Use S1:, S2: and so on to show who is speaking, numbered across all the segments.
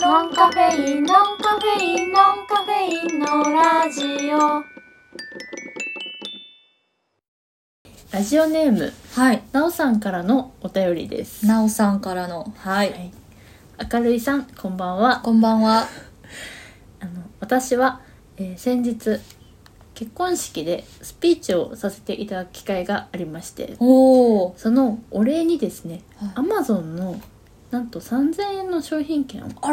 S1: ノンカフェインノンカフェインノンカフェインのラジオ
S2: ラジオネーム
S3: はい。
S2: なおさんからのお便りです。
S3: なおさんからの。は。
S2: はいい明るいさんこんばんは。
S3: こんばんは。
S2: あの私は、えー先日結婚式でスピーチをさせていただく機会がありまして、
S3: おー。
S2: そのお礼にですね、
S3: は
S2: Amazon のなんと3000円の商品券を
S3: あ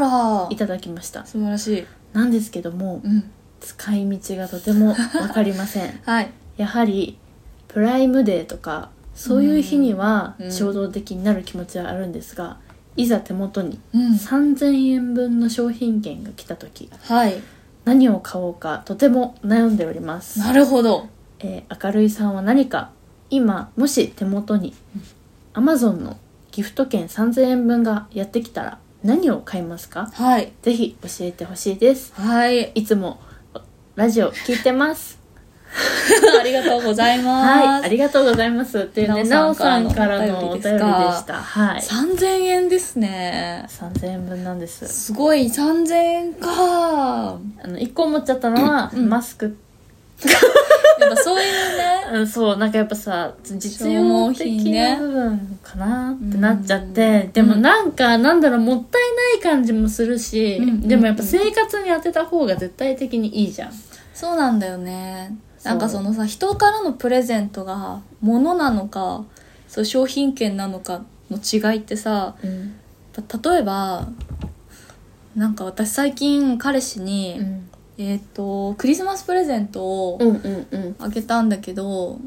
S3: ら
S2: いただきました。
S3: 素晴らしい。
S2: なんですけども
S3: うん。
S2: 使い道がとてもわかりませ ん。
S3: はい。
S2: やはりプライムデーとかそういう日には
S3: うん
S2: 衝動的になる気持ちはあるんですが、いざ手元に
S3: うん。
S2: 3000円分の商品券が来た時
S3: はい。
S2: 何を買おうかとても悩んでおります、
S3: なるほど。
S2: えー明るいさんは何か今もし手元に Amazon のギフト券3000円分がやってきたら何を買いますか
S3: はい。
S2: ぜひ教えてほしいです
S3: はい。
S2: いつもラジオ聞いてます
S3: ありがとうございま
S2: はい、あ
S3: す。
S2: りがとうございます。っていうね、な
S3: な
S2: お
S3: お
S2: さ
S3: さ
S2: ん
S3: ん
S2: か
S3: からら
S2: の
S3: の
S2: お
S3: お
S2: 便り
S3: 便り
S2: で
S3: で
S2: し
S3: すか
S2: た。はい。
S3: 3000円ですね。
S2: 三千円分なんです。
S3: すごい、3000円か。や
S2: あの一個思っちゃったのは、
S3: うん
S2: マスク。
S3: っぱそういうね。
S2: うん、そう、なんかやっぱさ、実
S3: 消
S2: 用
S3: 耗
S2: 的
S3: 品
S2: な
S3: ね
S2: 部分かなってなっちゃって、
S3: うん
S2: でもなんか、なんだろう、もったいない感じもするし、
S3: うん
S2: でもやっぱ生活に当てた方が絶対的にいいじゃん。
S3: そうなんだよね。
S2: そう
S3: なんかそのさ、人からのプレゼントが、物なのか、そう、商品券なのかの違いってさ、
S2: うん。
S3: 例えばなんか私最近彼氏に、
S2: うん。
S3: えっ、とクリスマスプレゼントを
S2: うんうんうん。
S3: あげたんだけど、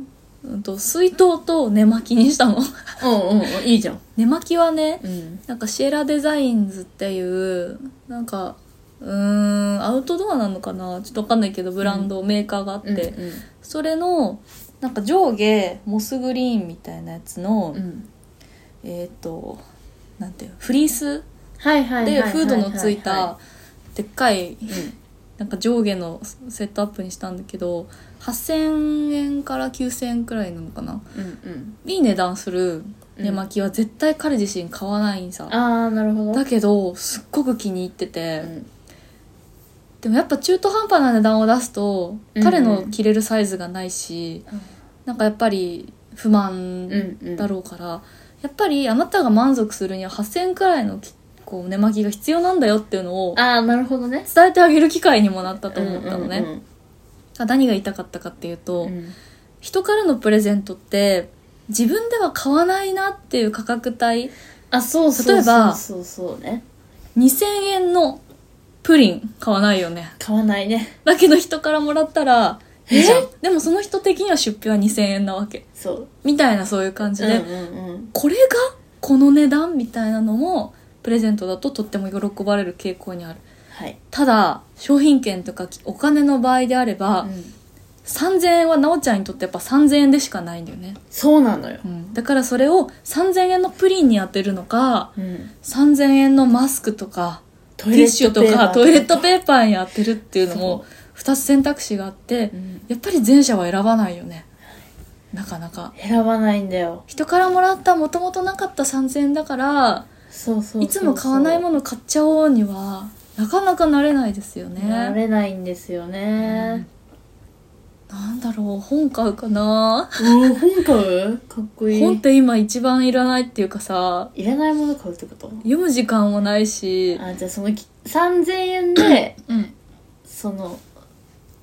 S3: うん、と水筒と寝巻きにしたの
S2: うんうん、いいじゃん。
S3: 寝巻きはね
S2: うん。
S3: なんかシエラデザインズっていうなんかうーんアウトドアなのかなちょっとわかんないけどブランド、メーカーがあって、
S2: で、
S3: それのなんか上下モスグリーンみたいなやつの、
S2: うん。
S3: えっ、となんていうのフリース
S2: はいはいはいはいはい
S3: で
S2: はい。
S3: フードのついたでっかい
S2: うん。
S3: なんか上下のセットアップにしたんだけど8000円から9000円くらいなのかな
S2: うんうん。
S3: いい値段する
S2: うん
S3: 寝巻きは絶対彼自身買わないんさ、
S2: ああ、なるほど。
S3: だけどすっごく気に入ってて、
S2: うん
S3: でもやっぱ中途半端な値段を出すと
S2: うん
S3: 彼の着れるサイズがないし、
S2: うん
S3: なんかやっぱり不満
S2: うんうん
S3: だろうから、やっぱりあなたが満足するには8000円くらいのきこう寝巻きが必要なんだよっていうのを
S2: ああなるほどね
S3: 伝えてあげる機会にもなったと思ったのね、
S2: うん
S3: あ何が言いたかったかっていうと、
S2: うんうん
S3: 人からのプレゼントって自分では買わないなっていう価格帯
S2: あそうそう
S3: 例えば
S2: そうそうそうね
S3: 2000円のプリン買わないよね
S2: 買わないね
S3: だけど人からもらったらいいじゃんでもその人的には出費は2000円なわけ
S2: そう
S3: みたいなそういう感じで、
S2: うんうん
S3: これがこの値段みたいなのもプレゼントだととっても喜ばれる傾向にある
S2: はい
S3: ただ商品券とかお金の場合であれば、
S2: うん
S3: 3000円はなおちゃんにとってやっぱ3000円でしかないんだよね
S2: そうなのよ
S3: だからそれを3000円のプリンに当てるのか
S2: うん
S3: 3000円のマスクとか
S2: ト
S3: ティッシュとかトイレット
S2: ー
S3: ペーパーに当てるっていうのも2つ選択肢があって
S2: パーうん
S3: やっぱり前者は選ばないよねなかなか
S2: 選ばないんだよ
S3: 人からもらったもともとなかった3000円だから
S2: そうそうそうそう
S3: いつも買わないもの買っちゃおうにはなかなかなれないですよ
S2: な
S3: ね
S2: れないんですよね
S3: なんだろう本買うかな
S2: うん本買うかっこい
S3: 本っ
S2: い
S3: て今一番いらないっていうかさ
S2: いらないもの買うってこと
S3: 読む時間もないし
S2: あじゃあそのき3000 円で
S3: うん
S2: その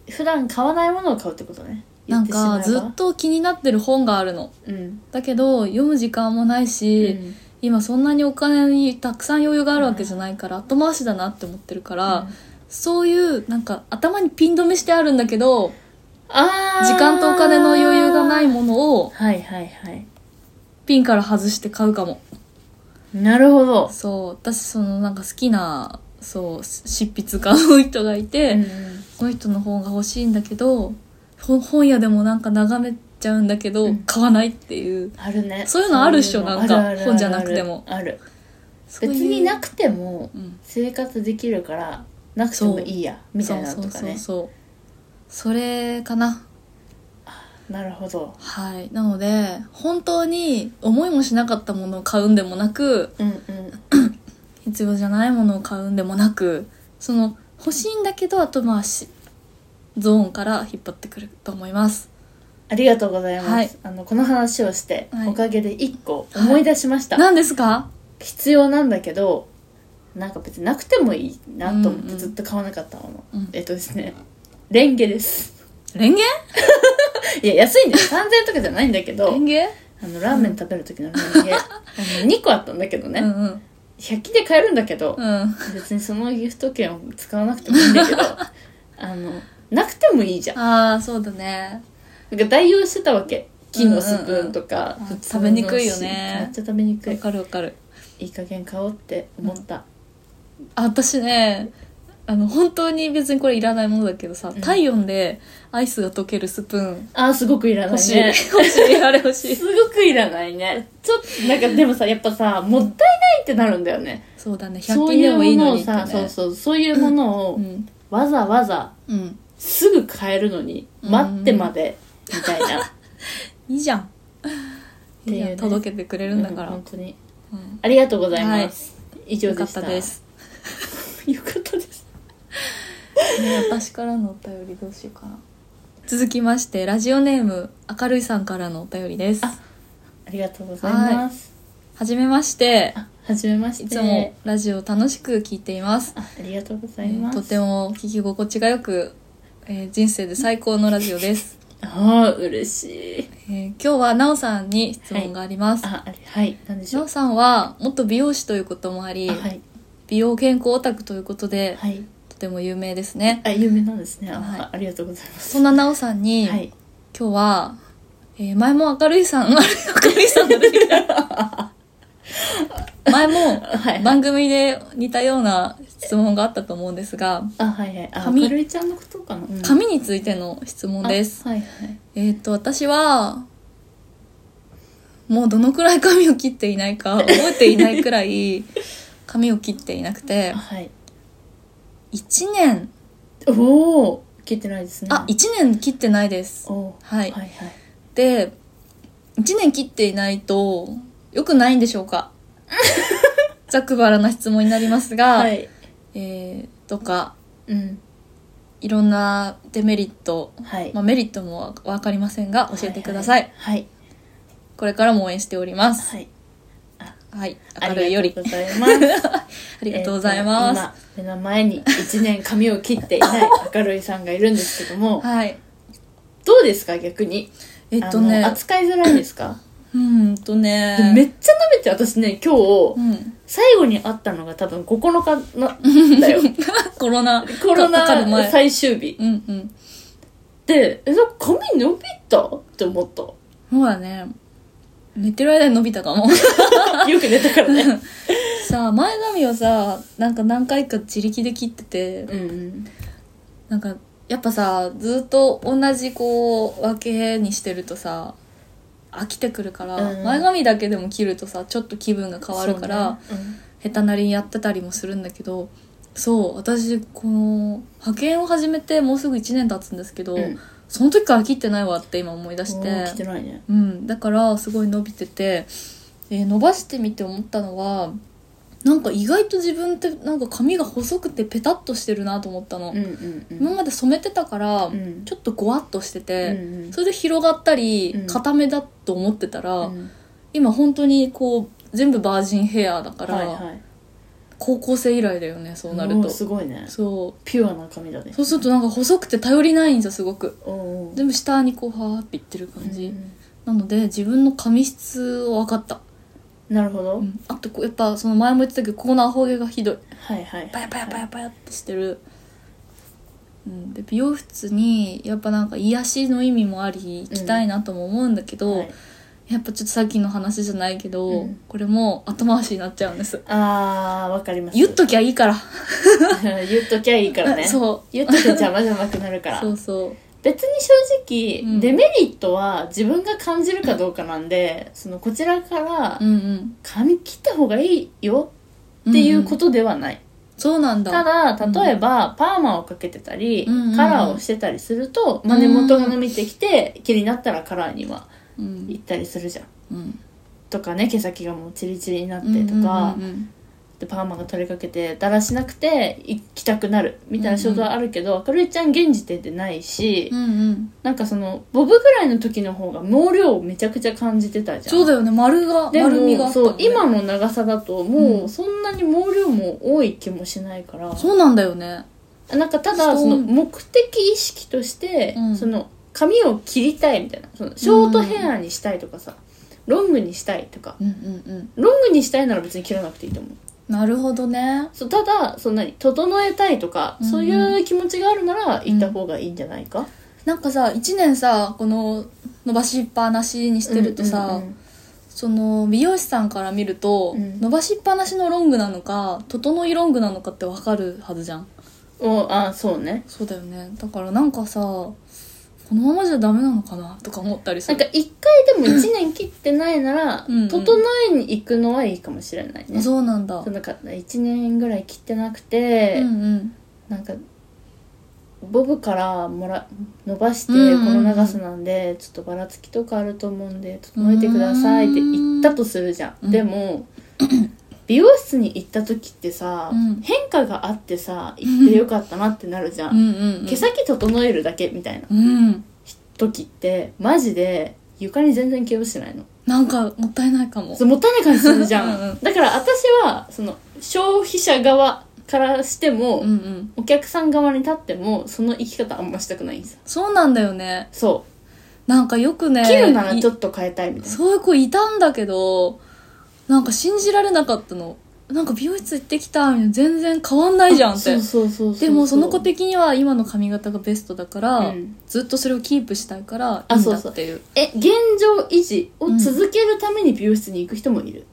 S2: 普段買わないものを買うってことね
S3: なん
S2: 言
S3: か
S2: てし
S3: ず
S2: まえば
S3: っと気になってる本があるの
S2: うん
S3: だけど読む時間もないし、
S2: うん
S3: 今そんなにお金にたくさん余裕があるわけじゃないから、後回しだなって思ってるから、
S2: うん
S3: そういうなんか頭にピン止めしてあるんだけど
S2: あー
S3: 時間とお金の余裕がないものを
S2: はいはいはい
S3: ピンから外して買うかも
S2: なるほど、
S3: そう私そのなんか好きなそう執筆家の人がいて、この人の本が欲しいんだけどほ本屋でもなんか眺めちゃうんだけど、
S2: うん
S3: 買わないっていう
S2: あるね
S3: そういうのあるっしょ
S2: そういう
S3: な
S2: の
S3: んか
S2: あるあるある
S3: 本じゃなくても
S2: ある
S3: そういう
S2: 別になくても
S3: うん
S2: 生活できるからなくてもいいやみたいなのと
S3: そう
S2: かね
S3: そうそうそうそれかな
S2: なるほど
S3: はいなので本当に思いもしなかったものを買うんでもなく
S2: うんうん
S3: 必要じゃないものを買うんでもなくその欲しいんだけどあとまあしゾーンから引っ張ってくると思います
S2: ありがとうございます、
S3: はい
S2: あのこの話をして、
S3: はい
S2: おかげで一個思い出しました、
S3: 何ですか
S2: 必要なんだけどなんか別になくてもいいなと思っ
S3: うんう
S2: て
S3: ん
S2: ずっと買わなかったもの、
S3: うん
S2: えっとですねレンゲです
S3: レンゲ
S2: いや安 いんだよ3000円とかじゃないんだけど
S3: レンゲ
S2: あのラーメン食べる時のレ ンゲ、あの2個あったんだけどね、
S3: うんうん
S2: 100均で買えるんだけど、
S3: うん
S2: 別にそのギフト券を使わなくてもいいんだけ どあのなくてもいいじゃん
S3: ああそうだね
S2: なんか代用してたわけ木のスプーンとか、
S3: うんうんうん
S2: 普通の
S3: 食べにくいよね
S2: めっちゃ食べにく
S3: わ
S2: い
S3: かるわかる
S2: いい加減買おうって思った、
S3: あ私ねあの本当に別にこれいらないものだけどさ、
S2: うん
S3: 体温でアイスが溶けるスプーン
S2: あーすごくいらな
S3: 欲
S2: い
S3: しい、
S2: ね
S3: 欲しいあれ欲しい
S2: すごくいらないねちょっとなんかでもさやっぱさもったいないってなるんだよね
S3: そう だね100
S2: そう
S3: 均
S2: い
S3: で
S2: う
S3: もいい
S2: もの
S3: の
S2: を
S3: にって、
S2: さ
S3: ね、
S2: そうそうそういうものを
S3: うん
S2: わざわざ
S3: うん
S2: すぐ買えるのに
S3: うん
S2: 待ってまでみたいな、
S3: いいじゃん
S2: ていう ね
S3: いいじゃん届けてくれるんだから、
S2: うん本当に
S3: うん
S2: ありがとうございます、以上
S3: よか
S2: で
S3: っ
S2: した
S3: たです、
S2: よかったです
S3: ね、私からのお便りどうしようかな続きましてラジオネーム明るいさんからのお便りです
S2: あありがとうございます
S3: はじめまして
S2: あはじめまして
S3: いつもラジオ楽しく聞いています
S2: あありがとうございます、
S3: えーとても聞き心地がよく、えー人生で最高のラジオです、
S2: ああ嬉しい
S3: えー今日はなおさんに質問があります、
S2: ああれはいなんでし
S3: な
S2: ょ
S3: お
S2: う
S3: さんは元美容師ということもあり、
S2: あはい
S3: 美容健康オタクということで、
S2: はい
S3: とても有名ですね
S2: あ有名なんですねあ、
S3: はい
S2: あありがとうございます
S3: そんななおさんに、
S2: はい
S3: 今日は、えー前も明るいさん明るいさんが出てきた前も
S2: はい
S3: 番組で似たような質問があったと思うんですが
S2: あはいはいあ
S3: 髪
S2: かるいちゃんのことかな、うん
S3: 髪についての質問です
S2: あはいはい
S3: えーっ、と、私は、もうどのくらい髪を切っていないか覚えていないくらい髪を切っていなくて
S2: あ、はい
S3: 1年、
S2: おお聞いてないですね
S3: あ、1年切ってないです。
S2: おー
S3: はい
S2: はいはい
S3: で、1年切っていないと良くないんでしょう かざっくばらんな質問になりますが、
S2: はい
S3: えー、とか、
S2: うん
S3: いろんなデメリット、
S2: はい、
S3: まあ、メリットもわかりませんが、教えてください。
S2: はい
S3: これからも応援しております。
S2: はい
S3: はい。
S2: あ
S3: 明るいより
S2: りが。とうございます
S3: ありがとうございます。
S2: えーと今目の前に1年髪を切っていない明るいさんがいるんですけども
S3: はい。
S2: どうですか逆に
S3: えっとね
S2: あの、扱いづらいですか
S3: うーんとね
S2: で。めっちゃ舐めて私ね今日
S3: うん。
S2: 最後に会ったのが多分9日なんだよ
S3: コロナ。
S2: コロ
S3: かかる
S2: ナ
S3: 前
S2: 最終日
S3: うんうん。
S2: でえなんか髪伸びたって思った
S3: そうだね。寝てる間に伸びたかも。
S2: よく寝たからね
S3: さあ、前髪をさ、なんか何回か自力で切ってて、
S2: うん
S3: なんか、やっぱさ、ずっと同じこう、分けにしてるとさ、飽きてくるから、
S2: うん
S3: 前髪だけでも切るとさ、ちょっと気分が変わるから、
S2: そうね
S3: 下手なりにやってたりもするんだけどそう私この派遣を始めてもうすぐ1年経つんですけど、
S2: うん
S3: その時から切ってないわって今思い出
S2: うん
S3: し
S2: おー来て
S3: て
S2: ないね
S3: うんだからすごい伸びてて、えー伸ばしてみて思ったのはなんか意外と自分ってなんか髪が細くてペタッとしてるなと思ったの、
S2: うんうんうん
S3: 今まで染めてたから、
S2: うん
S3: ちょっとゴワッとして
S2: うん
S3: て、
S2: うん
S3: それで広がったり、
S2: うん
S3: 固めだと思ってたら、
S2: うん
S3: 今本当にこう全部バージンヘアだから、
S2: はいはい
S3: 高校生以来だよねそうなる
S2: お
S3: と
S2: ーすごいね
S3: そ
S2: ピュアな髪だね
S3: うそうするとなんか細くて頼りないんですすごく
S2: おお
S3: 全部下にこうはーっていってる感じ、
S2: うんうん
S3: なので自分の髪質を分かった、
S2: なるほど、
S3: うんあとこうやっぱその前も言ってたけどここのアホ毛がひどい
S2: はいはい
S3: パヤパヤパヤパヤってしてる、うん、で美容室にやっぱなんか癒しの意味もあり行きたいなとも思うんだけど、
S2: はい
S3: やっぱちょっとさっきの話じゃないけど、
S2: うん
S3: これも後回しになっちゃうんです
S2: あーわかります
S3: 言っときゃいいから
S2: 言っときゃいいからね
S3: そ
S2: 言っときゃ邪魔じゃなくなるか
S3: う
S2: ら
S3: そうそう
S2: 別に正直、
S3: うん
S2: デメリットは自分が感じるかどうかなんで、そのこちらから
S3: うんうん
S2: 髪切った方がいいよっていうことではない、
S3: そうなんだ。
S2: ただ例えば、パーマをかけてたり、
S3: うんうんうん
S2: カラーをしてたりすると、まあ、根元が伸びてきて気になったらカラーには
S3: うん
S2: 行ったりするじゃん
S3: うん
S2: とかね毛先がもうチリチリになっ
S3: うん
S2: てとか、
S3: うんうん
S2: でパーマが取れかけてだらしなくて行きたくなるみたいな衝動はあるけど、明るいちゃん現時点でないし、
S3: うんうん
S2: なんかそのボブぐらいの時の方が毛量をめちゃくちゃ感じてたじゃん
S3: そうだよね丸が
S2: で
S3: 丸みがあった
S2: もそ
S3: もん
S2: う
S3: ね
S2: 今の長さだとも
S3: う
S2: うんそんなに毛量も多い気もしないから、
S3: そうなんだよね
S2: なんかただ
S3: そう
S2: その目的意識として、
S3: うん
S2: その髪を切りたいみたいなそのショートヘアにしたいとかさ、ロングにしたいとか
S3: うんうん
S2: ロングにしたいなら別に切らなくていいと思う
S3: うんなるほどね
S2: そうただそんなに整えたいとか、
S3: うんうん
S2: そういう気持ちがあるなら行った方がいいんじゃないか、
S3: なんかさ1年さこの伸ばしっぱなしにしてるとさ、
S2: うんうん
S3: その美容師さんから見ると、
S2: うん
S3: 伸ばしっぱなしのロングなのか整いロングなのかってわかるはずじゃん
S2: うんおあそうね
S3: そうだよねだからなんかさこのままじゃダメなのかなとか思ったりす
S2: なん
S3: る
S2: か一回でも1年切ってないなら
S3: うんうん
S2: 整えに行くのはいいかもしれないね
S3: そうなんだ
S2: そうなんか1年ぐらい切ってなくて、
S3: うんうん
S2: なんかボブからもら伸ばして
S3: う
S2: こ
S3: んうんうん
S2: の長さなんでちょっとばらつきとかあると思うんで整えてくださいって言ったとするじゃ
S3: うん
S2: ん でも美容室に行った時ってさ
S3: うん
S2: 変化があっ てさ行ってよかったなってなるじゃ
S3: うん
S2: ん
S3: うんうん
S2: 毛先整えるだけみたいな
S3: うん
S2: 時ってマジで床に全然毛落ちてないの
S3: なんかもったいないかも
S2: そうもったいない感じするじゃ
S3: うんうん
S2: んだから私はその消費者側からしても、
S3: うんうん
S2: お客さん側に立ってもその生き方あんましたくないんですよ
S3: そうなんだよね
S2: そ
S3: なんかよく
S2: う
S3: ね
S2: 切るならちょ
S3: い
S2: っと変えたいみたいな
S3: そういう子いたんだけどなんか信じられなかったのなんか美容室行ってきたみたいな全然変わんないじゃんって
S2: そうそうそうそう
S3: でもその子的には今の髪型がベストだから、
S2: うん
S3: ずっとそれをキープしたいからい
S2: あ
S3: いん
S2: そ
S3: だ
S2: うそう
S3: っていう
S2: え現状維持を続けるために美容室に行く人もいる、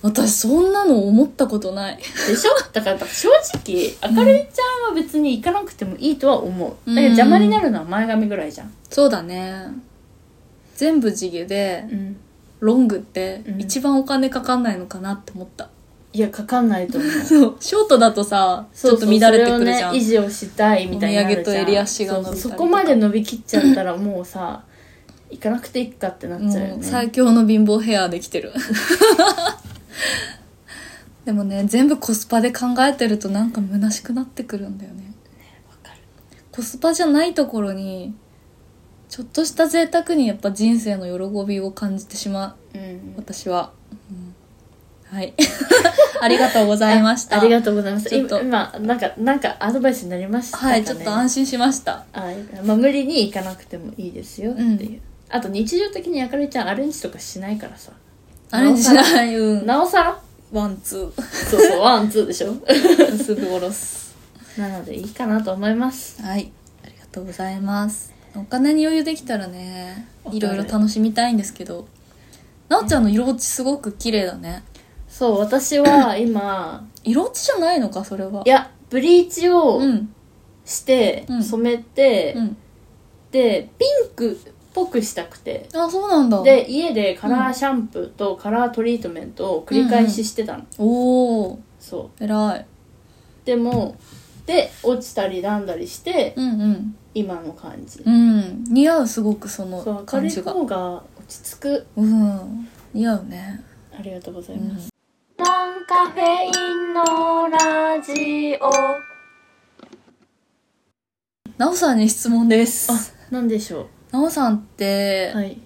S3: 私そんなの思ったことない
S2: でしょだから正直あかりちゃんは別に行かなくてもいいとは思う、
S3: うん
S2: だけど邪魔になるのは前髪ぐらいじゃん
S3: そうだね全部地毛で
S2: うん
S3: ロングって
S2: うん
S3: 一番お金かかんないのかなって思った、
S2: いやかかんないと思う
S3: そうショートだとさちょっと乱れてくるじゃん
S2: そうそうそれをね、維持をしたいみたいになるじ
S3: お土
S2: ゃん
S3: 産と襟足が伸びたりと
S2: そう
S3: か
S2: そこまで伸びきっちゃったらもうさ行かなくていいかってなっちゃうよね、
S3: もう最強の貧乏ヘアできてる でもね全部コスパで考えてるとなんか虚しくなってくるんだよね
S2: わかる
S3: コスパじゃないところにちょっとした贅沢にやっぱ人生の喜びを感じてしまう
S2: うん
S3: 私は、うんはい ありがとうございました
S2: あありがとうございます。
S3: ちょっと
S2: 今、今なんか、なんかアドバイスになりましたかね。
S3: はいちょっと安心しました
S2: あまあ、無理に行かなくてもいいですよっていう。
S3: う
S2: あと、日常的に明るいちゃんアレンジとかしないからさ。
S3: アレンジしないうん
S2: なお さら、
S3: ワン ツ
S2: そうそう、ワン、ツーでしょ。
S3: ーすぐ下ろす
S2: なので、いいかなと思います。
S3: はい、ありがとうございます。お金に余裕できたらね
S2: わ、かる
S3: いろいろ楽しみたいんですけど、なおちゃんの色落ちすごく綺麗だね。
S2: そう、私は今、
S3: 色落ちじゃないのか、それは。
S2: いや、ブリーチを
S3: うん、
S2: して
S3: うん、
S2: 染めて、
S3: うん。
S2: で、ピンクっぽくしたくて。
S3: あ、そうなんだ。、
S2: で、家でカラーシャンプーとカラートリートメントを繰り返ししてたの。
S3: おー、
S2: そう。
S3: 偉い。
S2: でもで落ちたりらんだりして、
S3: うんうん。
S2: 今の感じ、
S3: うん、似合う、すごくそ
S2: そう
S3: の
S2: 明る
S3: 感
S2: い
S3: じが。
S2: 方が落ち着く
S3: うん、似合うね。
S2: ありがとうござ
S3: う
S2: いま
S3: ん。
S2: す、
S1: ノンカフェインのラジオ
S3: なおさんに質問です。
S2: あなんでしょ
S3: なおさんっ
S2: う
S3: て、
S2: はい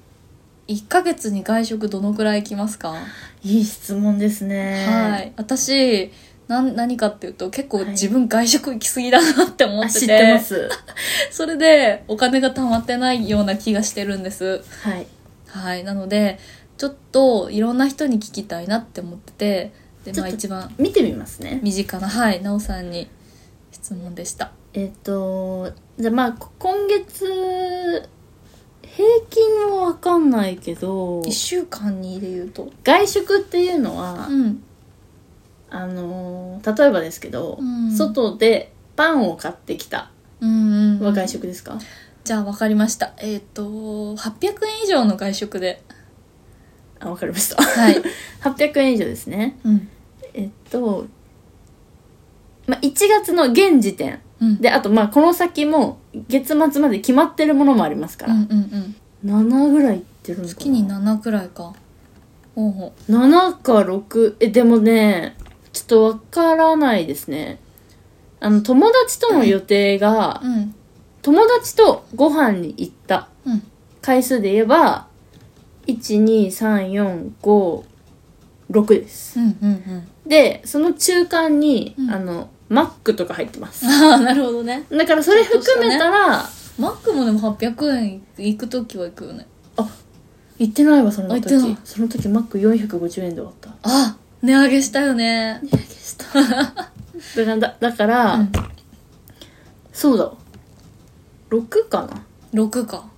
S3: 1ヶ月に外食どのくらい行きますか、
S2: いい質問ですね
S3: はい、私なん何かっていうと結構
S2: はい
S3: 自分外食行き過ぎだなって思
S2: あ
S3: って、
S2: 知っててます
S3: それでお金が貯まってないような気がしてるんです
S2: はい
S3: はいなのでちょっといろんな人に聞きたいなって思っててで、まあ、
S2: ちょっと
S3: 一番
S2: 見てみますね
S3: 身近なはいなおさんに質問でした
S2: えっ、とじゃあまあこ今月平均はわかんないけど
S3: 1週間にで言うと
S2: 外食っていうのは、
S3: うん
S2: あのー例えばですけど、
S3: うん
S2: 外でパンを買ってきた
S3: うんうん
S2: は外食ですか、
S3: じゃあ分かりましたえっ、と800円以上の外食で
S2: あわかりました
S3: はい、
S2: 800円以上ですね
S3: うん
S2: えっと、まあ、1月の現時点
S3: うん、
S2: であとまあこの先も月末まで決まってるものもありますか
S3: う
S2: ら、
S3: んうんうん
S2: 7ぐらいいってるのかな
S3: 月に7くらいかほうほ
S2: 7か6えでもねちちょっとわからないですね。あの、友達との予定が、
S3: うん
S2: 友達とご飯に行った
S3: うん
S2: 回数で言えば、1、2、3、4、5、6です。
S3: うんうんうん
S2: で、その中間に、
S3: うん
S2: あの、マックとか入ってます。
S3: ああなるほどね
S2: だからそれ含めたら、
S3: マックもでも800円行く時は行くよね
S2: 行ってないわ、その
S3: あ行っ
S2: 時
S3: てない。
S2: その時マック450円で終わった。
S3: あ値上げしたよね
S2: 値上げした。だから、だから、
S3: うん
S2: そうだわ。6かな
S3: 6か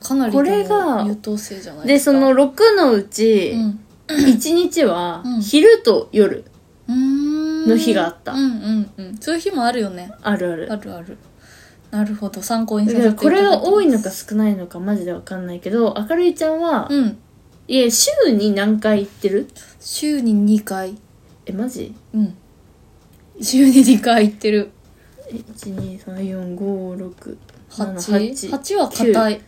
S3: かなり
S2: これが
S3: でも優等生じゃない
S2: で、その
S3: う
S2: 6のうち、
S3: ん
S2: 1日は
S3: うん、
S2: 昼と夜、
S3: うーん
S2: の日があった
S3: うんうんうんそういう日もあるよね
S2: あるある。
S3: あるあるなるほど参考に
S2: だ
S3: さ
S2: か
S3: せて
S2: ら
S3: いただきま
S2: こ
S3: す
S2: れが多いのか少ないのかマジでわかんないけど、明るいちゃんは、
S3: うん
S2: いや、週に何回行ってる
S3: 週に2回
S2: え、マジ
S3: うん週に2回行ってる
S2: ?1、2、3、4、5、6、7、
S3: 8
S2: 8。
S3: 八は硬い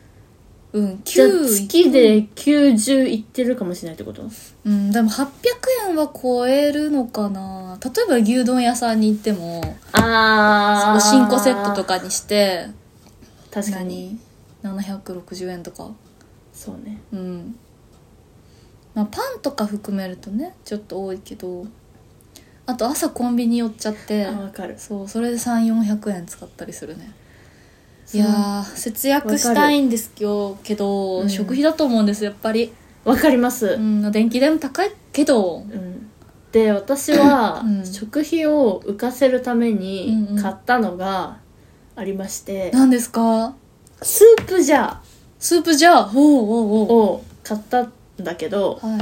S3: うん
S2: じゃあ
S3: 9
S2: 月で90行ってるかもしれないってこと
S3: うんでも800円は超えるのかな例えば牛丼屋さんに行っても
S2: あー。
S3: おしんこセットと。かにして
S2: 確かに。
S3: 何760円とか
S2: そうね。
S3: うんまあパンとか含めるとねちょっと多いけどあと朝コンビニ寄っちゃって
S2: あ、わかる。
S3: そうそれで3400円使ったりするね
S2: そう
S3: いやー節約したいんですよけど、
S2: うん
S3: 食費だと思うんですやっぱり、
S2: わかります。
S3: うん、電気代も高いけど
S2: うんで私は
S3: うん
S2: 食費を浮かせるために
S3: うんうん
S2: 買ったのがありまして、
S3: 何ですか
S2: スープジャ
S3: スープじゃあほうほう
S2: ー
S3: ほ
S2: を買ったんだけど
S3: うはい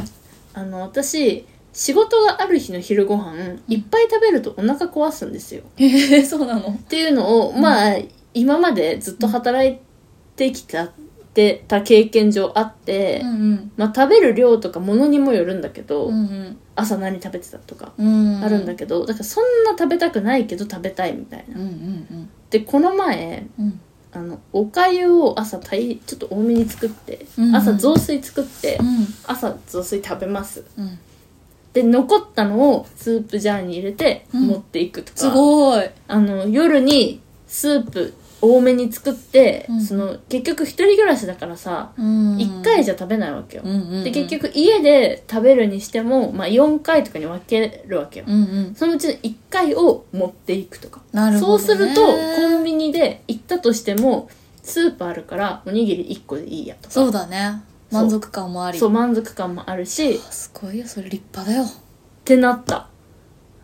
S2: あの私仕事がある日の昼ご飯いっぱい食べるとお腹壊すんですよ。
S3: えー、そうなの
S2: っていうのを
S3: うん
S2: まあ今までずっと働いてきたってた経験上あって、
S3: うんうん
S2: まあ、食べる量とかものにもよるんだけど、
S3: うん
S2: 朝何食べてたとか
S3: うんうん
S2: あるんだけど、だからそんな食べたくないけど食べたいみたいな
S3: うんうん
S2: でこの前
S3: うんうん
S2: あのおかゆを朝たいちょっと多めに作って、
S3: うんうん
S2: 朝雑炊作って、
S3: うん
S2: 朝雑炊食べます
S3: うん
S2: で残ったのをスープジャーに入れて
S3: うん
S2: 持っていくとか、
S3: すごい
S2: あの夜にスープ多めに作って、
S3: うん
S2: その結局一人暮らしだからさ、一
S3: 1
S2: 1回じ
S3: ゃ
S2: ゃ食べないわけよ、
S3: うんうんうん
S2: で結局家で食べるにしても、まあ、4回とかに分けるわけよ、
S3: うんうん
S2: そのうちの1回を持っていくとか
S3: なる
S2: そ
S3: ほ
S2: うす
S3: どね
S2: るとコンビニで行ったとしてもスーパーあるからおにぎり1個でいいやとか
S3: そうだね満足感もあり
S2: そう満足感もあるしっ
S3: すごいよそれ立派だよ
S2: てなった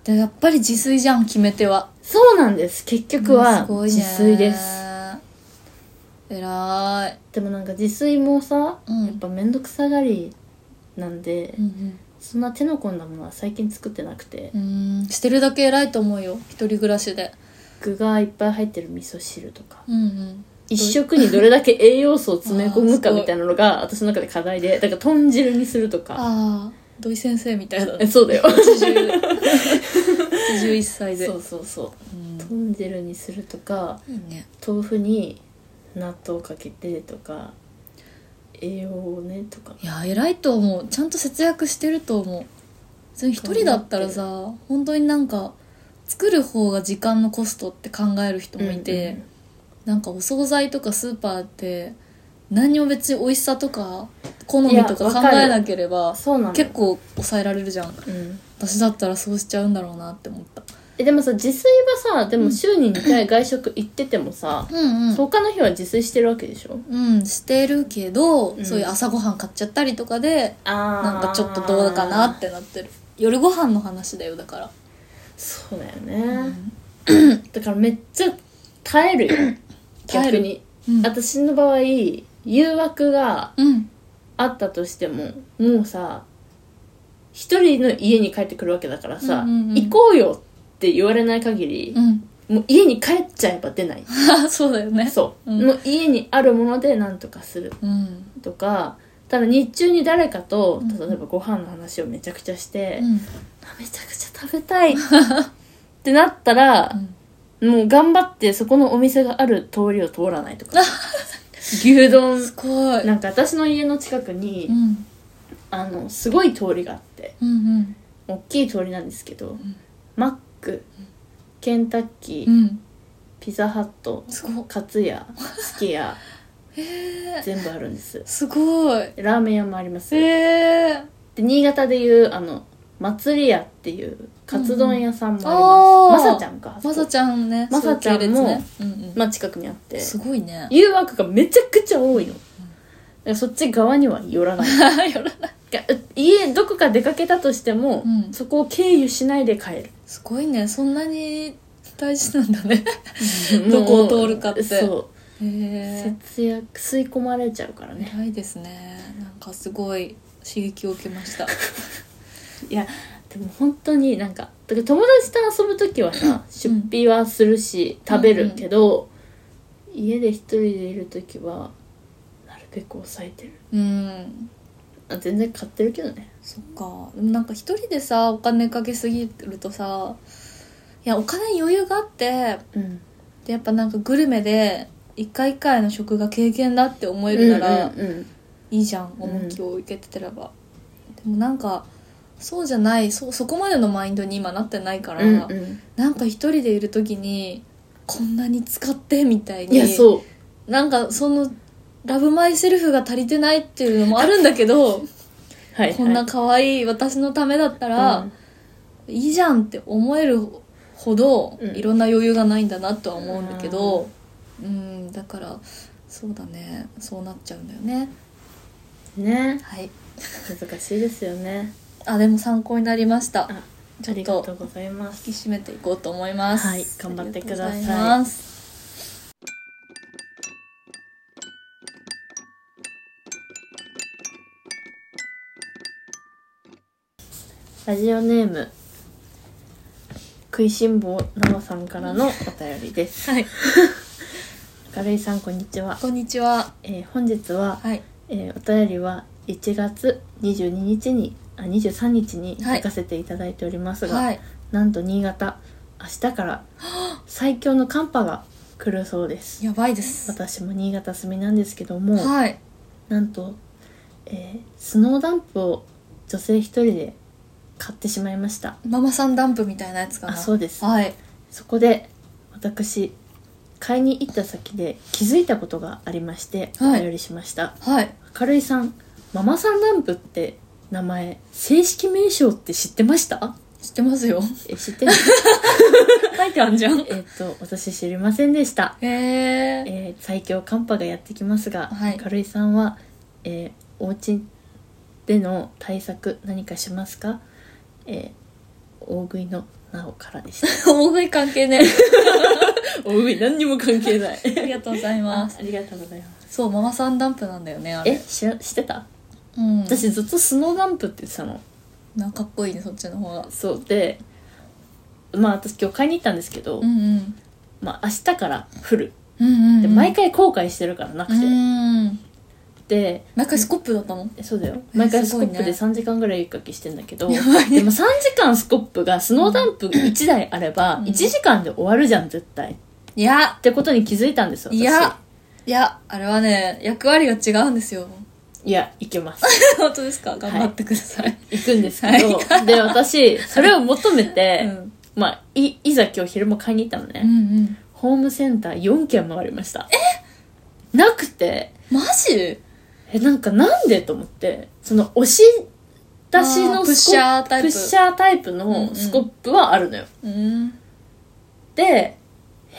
S3: でやっぱり自炊じゃん決め手は
S2: そうなんです結局は
S3: すごいね
S2: 自炊です,、
S3: えらい
S2: でもなんか自炊もさ、
S3: うん
S2: やっぱ面倒くさがりなんで、
S3: うん
S2: そんな手の込んだものは最近作ってなくて
S3: うんうんしてるだけ偉いと思うよ一人暮らしで
S2: 具がいっぱい入ってる味噌汁とか
S3: うんうん
S2: 一食にどれだけ栄養素を詰め込むかみたいなのが私の中で課題でだから豚汁にするとか
S3: ああ土井先生みたいだ
S2: え
S3: ね
S2: そうだよ
S3: 81歳で
S2: そうそうそう
S3: うん
S2: 豚汁にするとか
S3: いいね
S2: 豆腐に納豆かけてとか栄養をねとか
S3: いや偉いと思うちゃんと節約してると思う別に一人だったらさ本当になんか作る方が時間のコストって考える人もいて、なんかお惣菜とかスーパーって何にも別に美味しさとか好みと
S2: いや
S3: か
S2: わ
S3: 考
S2: かる
S3: えなければ
S2: そうなんだよ
S3: 結、構抑えられるじゃん
S2: うん、
S3: 私だったらそうしちゃうんだろうなって思った
S2: えでもさ自炊はさでも週に2回外食行っててもさ、
S3: うんうん
S2: 他の日は自炊してるわけでしょ
S3: うんしてるけど、
S2: うん
S3: そういう朝ごはん買っちゃったりとかで
S2: あ
S3: なんかちょっとどうかなってなってる夜ご飯の話だよだから、
S2: そうだよね、だからめっちゃ耐えるよ
S3: 耐え
S2: 逆
S3: る
S2: に
S3: うん
S2: 私の場合誘惑が
S3: うん
S2: あったとしてももうさ一人の家に帰ってくるわけだからさ、
S3: うんうんうん
S2: 行こうよって言われない限り
S3: う、ん
S2: もう家に帰っちゃえば出ない
S3: あそうだよね
S2: そう、
S3: うん
S2: もう家にあるもので何とかする
S3: うん
S2: とかただ日中に誰かと
S3: うん
S2: 例えばご飯の話をめちゃくちゃして、
S3: うん
S2: あめちゃくちゃ食べたいってなったら、もう頑張ってそこのお店がある通りを通らないとか牛丼
S3: すごい
S2: なんか私の家の近くに、
S3: うん
S2: あのすごい通りがあって
S3: うんうん
S2: 大きい通りなんですけど、
S3: ん
S2: マックケンタッキ
S3: う
S2: ー、
S3: ん
S2: ピザハット
S3: すご
S2: カツヤすき家
S3: えー、
S2: 全部あるんです
S3: すごい
S2: ラーメン屋もあります、
S3: えー、
S2: で新潟でいうあの祭り屋っていうカツ丼屋さんも
S3: うん
S2: あります、
S3: あー
S2: まさちゃんかあそこ
S3: まさちゃんね
S2: まさちゃんも
S3: そういう系列ねうんうん
S2: まあ、近くにあって
S3: すごいね
S2: 誘惑がめちゃくちゃ多いの、だからそっち側には 寄らない
S3: よらない
S2: が家どこか出かけたとしても、
S3: うん
S2: そこを経由しないで帰 る
S3: すごいねそんなに大事なんだねどこを通るかって
S2: そう
S3: へえ
S2: 節約吸い込まれちゃうからね
S3: 偉いですねなんかすごい刺激を受けました
S2: いやでも本当になんかだから友達と遊ぶ時はさ出費はするし、食べるけど、家で一人でいる時はなるべく抑えてる
S3: うん
S2: あ全然買ってるけどね
S3: そっかでもなんか一人でさお金かけすぎるとさいやお金に余裕があって
S2: うん
S3: でやっぱなんかグルメで一回一回の食が経験だって思えるなら
S2: うんうんうん
S3: いいじゃん、
S2: うん
S3: 重きを受けてれば、でもなんかそうじゃないそそこまでのマインドに今なってないから、
S2: うんうん
S3: なんか一人でいる時にこんなに使ってみたいに
S2: いやそう
S3: なんかそのラブマイセルフが足りてないっていうのもあるんだけど
S2: はい、はい、
S3: こんな可愛い私のためだったら、
S2: うん
S3: いいじゃんって思えるほど、
S2: うん
S3: いろんな余裕がないんだなとは思うんだけどうんだからそうだねそうなっちゃうんだよね
S2: ね
S3: はい
S2: 難しいですよね
S3: あでも参考になりました
S2: あ
S3: ち
S2: あ
S3: ょ
S2: り
S3: っ
S2: が
S3: と
S2: とうございま
S3: 引
S2: す
S3: き締めていこうと思います
S2: はい頑張ってください
S3: ありがとうござます
S2: ラジオネーム食いしん坊ママさんからのお便りです
S3: はい
S2: 明るいさんこんにちは、
S3: こんにちは
S2: えー本日は、
S3: はい
S2: えーお便りは1月22日にあ23日に
S3: はい
S2: 書かせていただいておりますが、
S3: はい
S2: なんと新潟明日から最強の寒波が来るそうです
S3: やばいです
S2: 私も新潟住みなんですけども、
S3: はい
S2: なんと、えースノーダンプを女性一人で買ってしまいました
S3: ママさんダンプみたいなやつかな
S2: あそうです
S3: はい
S2: そこで私買いに行った先で気づいたことがありましてお
S3: はい
S2: 便りしました、
S3: はい
S2: 明るいさんママさんランプって名前正式名称って知ってました
S3: 知ってますよ
S2: え 知ってる
S3: 書いてあんじゃん
S2: えっと私知りませんでした、
S3: へえ
S2: えー最強寒波がやってきますが、
S3: はい
S2: 明るいさんは、えー、お家での対策何かしますか、えー大食いのなおからでした
S3: 大食い関係ね
S2: 大食い何にも関係 ない
S3: ありがとうござい
S2: あ
S3: ます
S2: ありがとうございます
S3: そうママさんダンプなんだよねあれ
S2: え知ら知ってた
S3: うん、
S2: 私ずっとスノーダンプって言ってたの
S3: なんかかっこいいねそっちの方が
S2: そうでまあ私今日買いに行ったんですけど、
S3: うんうん
S2: まあ明日から降る
S3: うんうんうん
S2: で毎回後悔してるからなくて、
S3: うん
S2: で
S3: 毎回スコップだったの
S2: えそうだよ
S3: え
S2: 毎回スコッ
S3: す
S2: プ
S3: ごいね
S2: で3時間ぐらい雪かきしてんだけど、
S3: やばいね
S2: でも3時間スコップがスノーダンプ1台あれば
S3: うん
S2: 1時間で終わるじゃん絶対っ
S3: いや
S2: てことに気づいたんですよ私
S3: いやいやあれはね役割が違うんですよ
S2: いや行けます
S3: 本当ですか 頑張ってください、
S2: 行くんですけど、 で私それを求めて、
S3: うん、
S2: まあいいざ今日昼も買いに行ったのね、
S3: うんうん
S2: ホームセンター4軒回りましたえなくて
S3: マジ
S2: えなんかなんでと思ってその押し出し
S3: あ
S2: の
S3: ープッシャータイプ
S2: プッシャータイプ
S3: うんう
S2: の
S3: ん
S2: スコップはあるのよ、
S3: うん
S2: で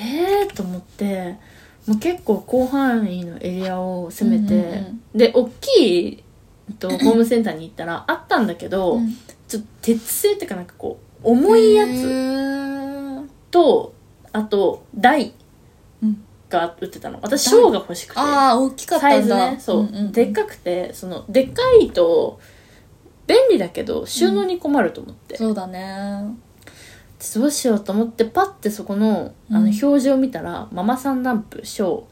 S2: えーと思ってもう結構広範囲のエリアを攻めて、
S3: うんうん
S2: で大きいえっ とホームセンターに行ったらあったんだけど、
S3: うん
S2: ちょっと鉄製っていうかなんかこう重いや
S3: へ
S2: つ
S3: ー
S2: とあと台
S3: うん
S2: が売ってたの私
S3: 台
S2: 小が欲しくて
S3: ああ大きかったんだ
S2: サイズねそう,、
S3: んん
S2: でっかくてそのでっかいと便利だけど収納に困ると思って、
S3: そうだ ね
S2: どうしようと思ってパッてそこのあの
S3: うん
S2: 表示を見たら「ママさんランプ賞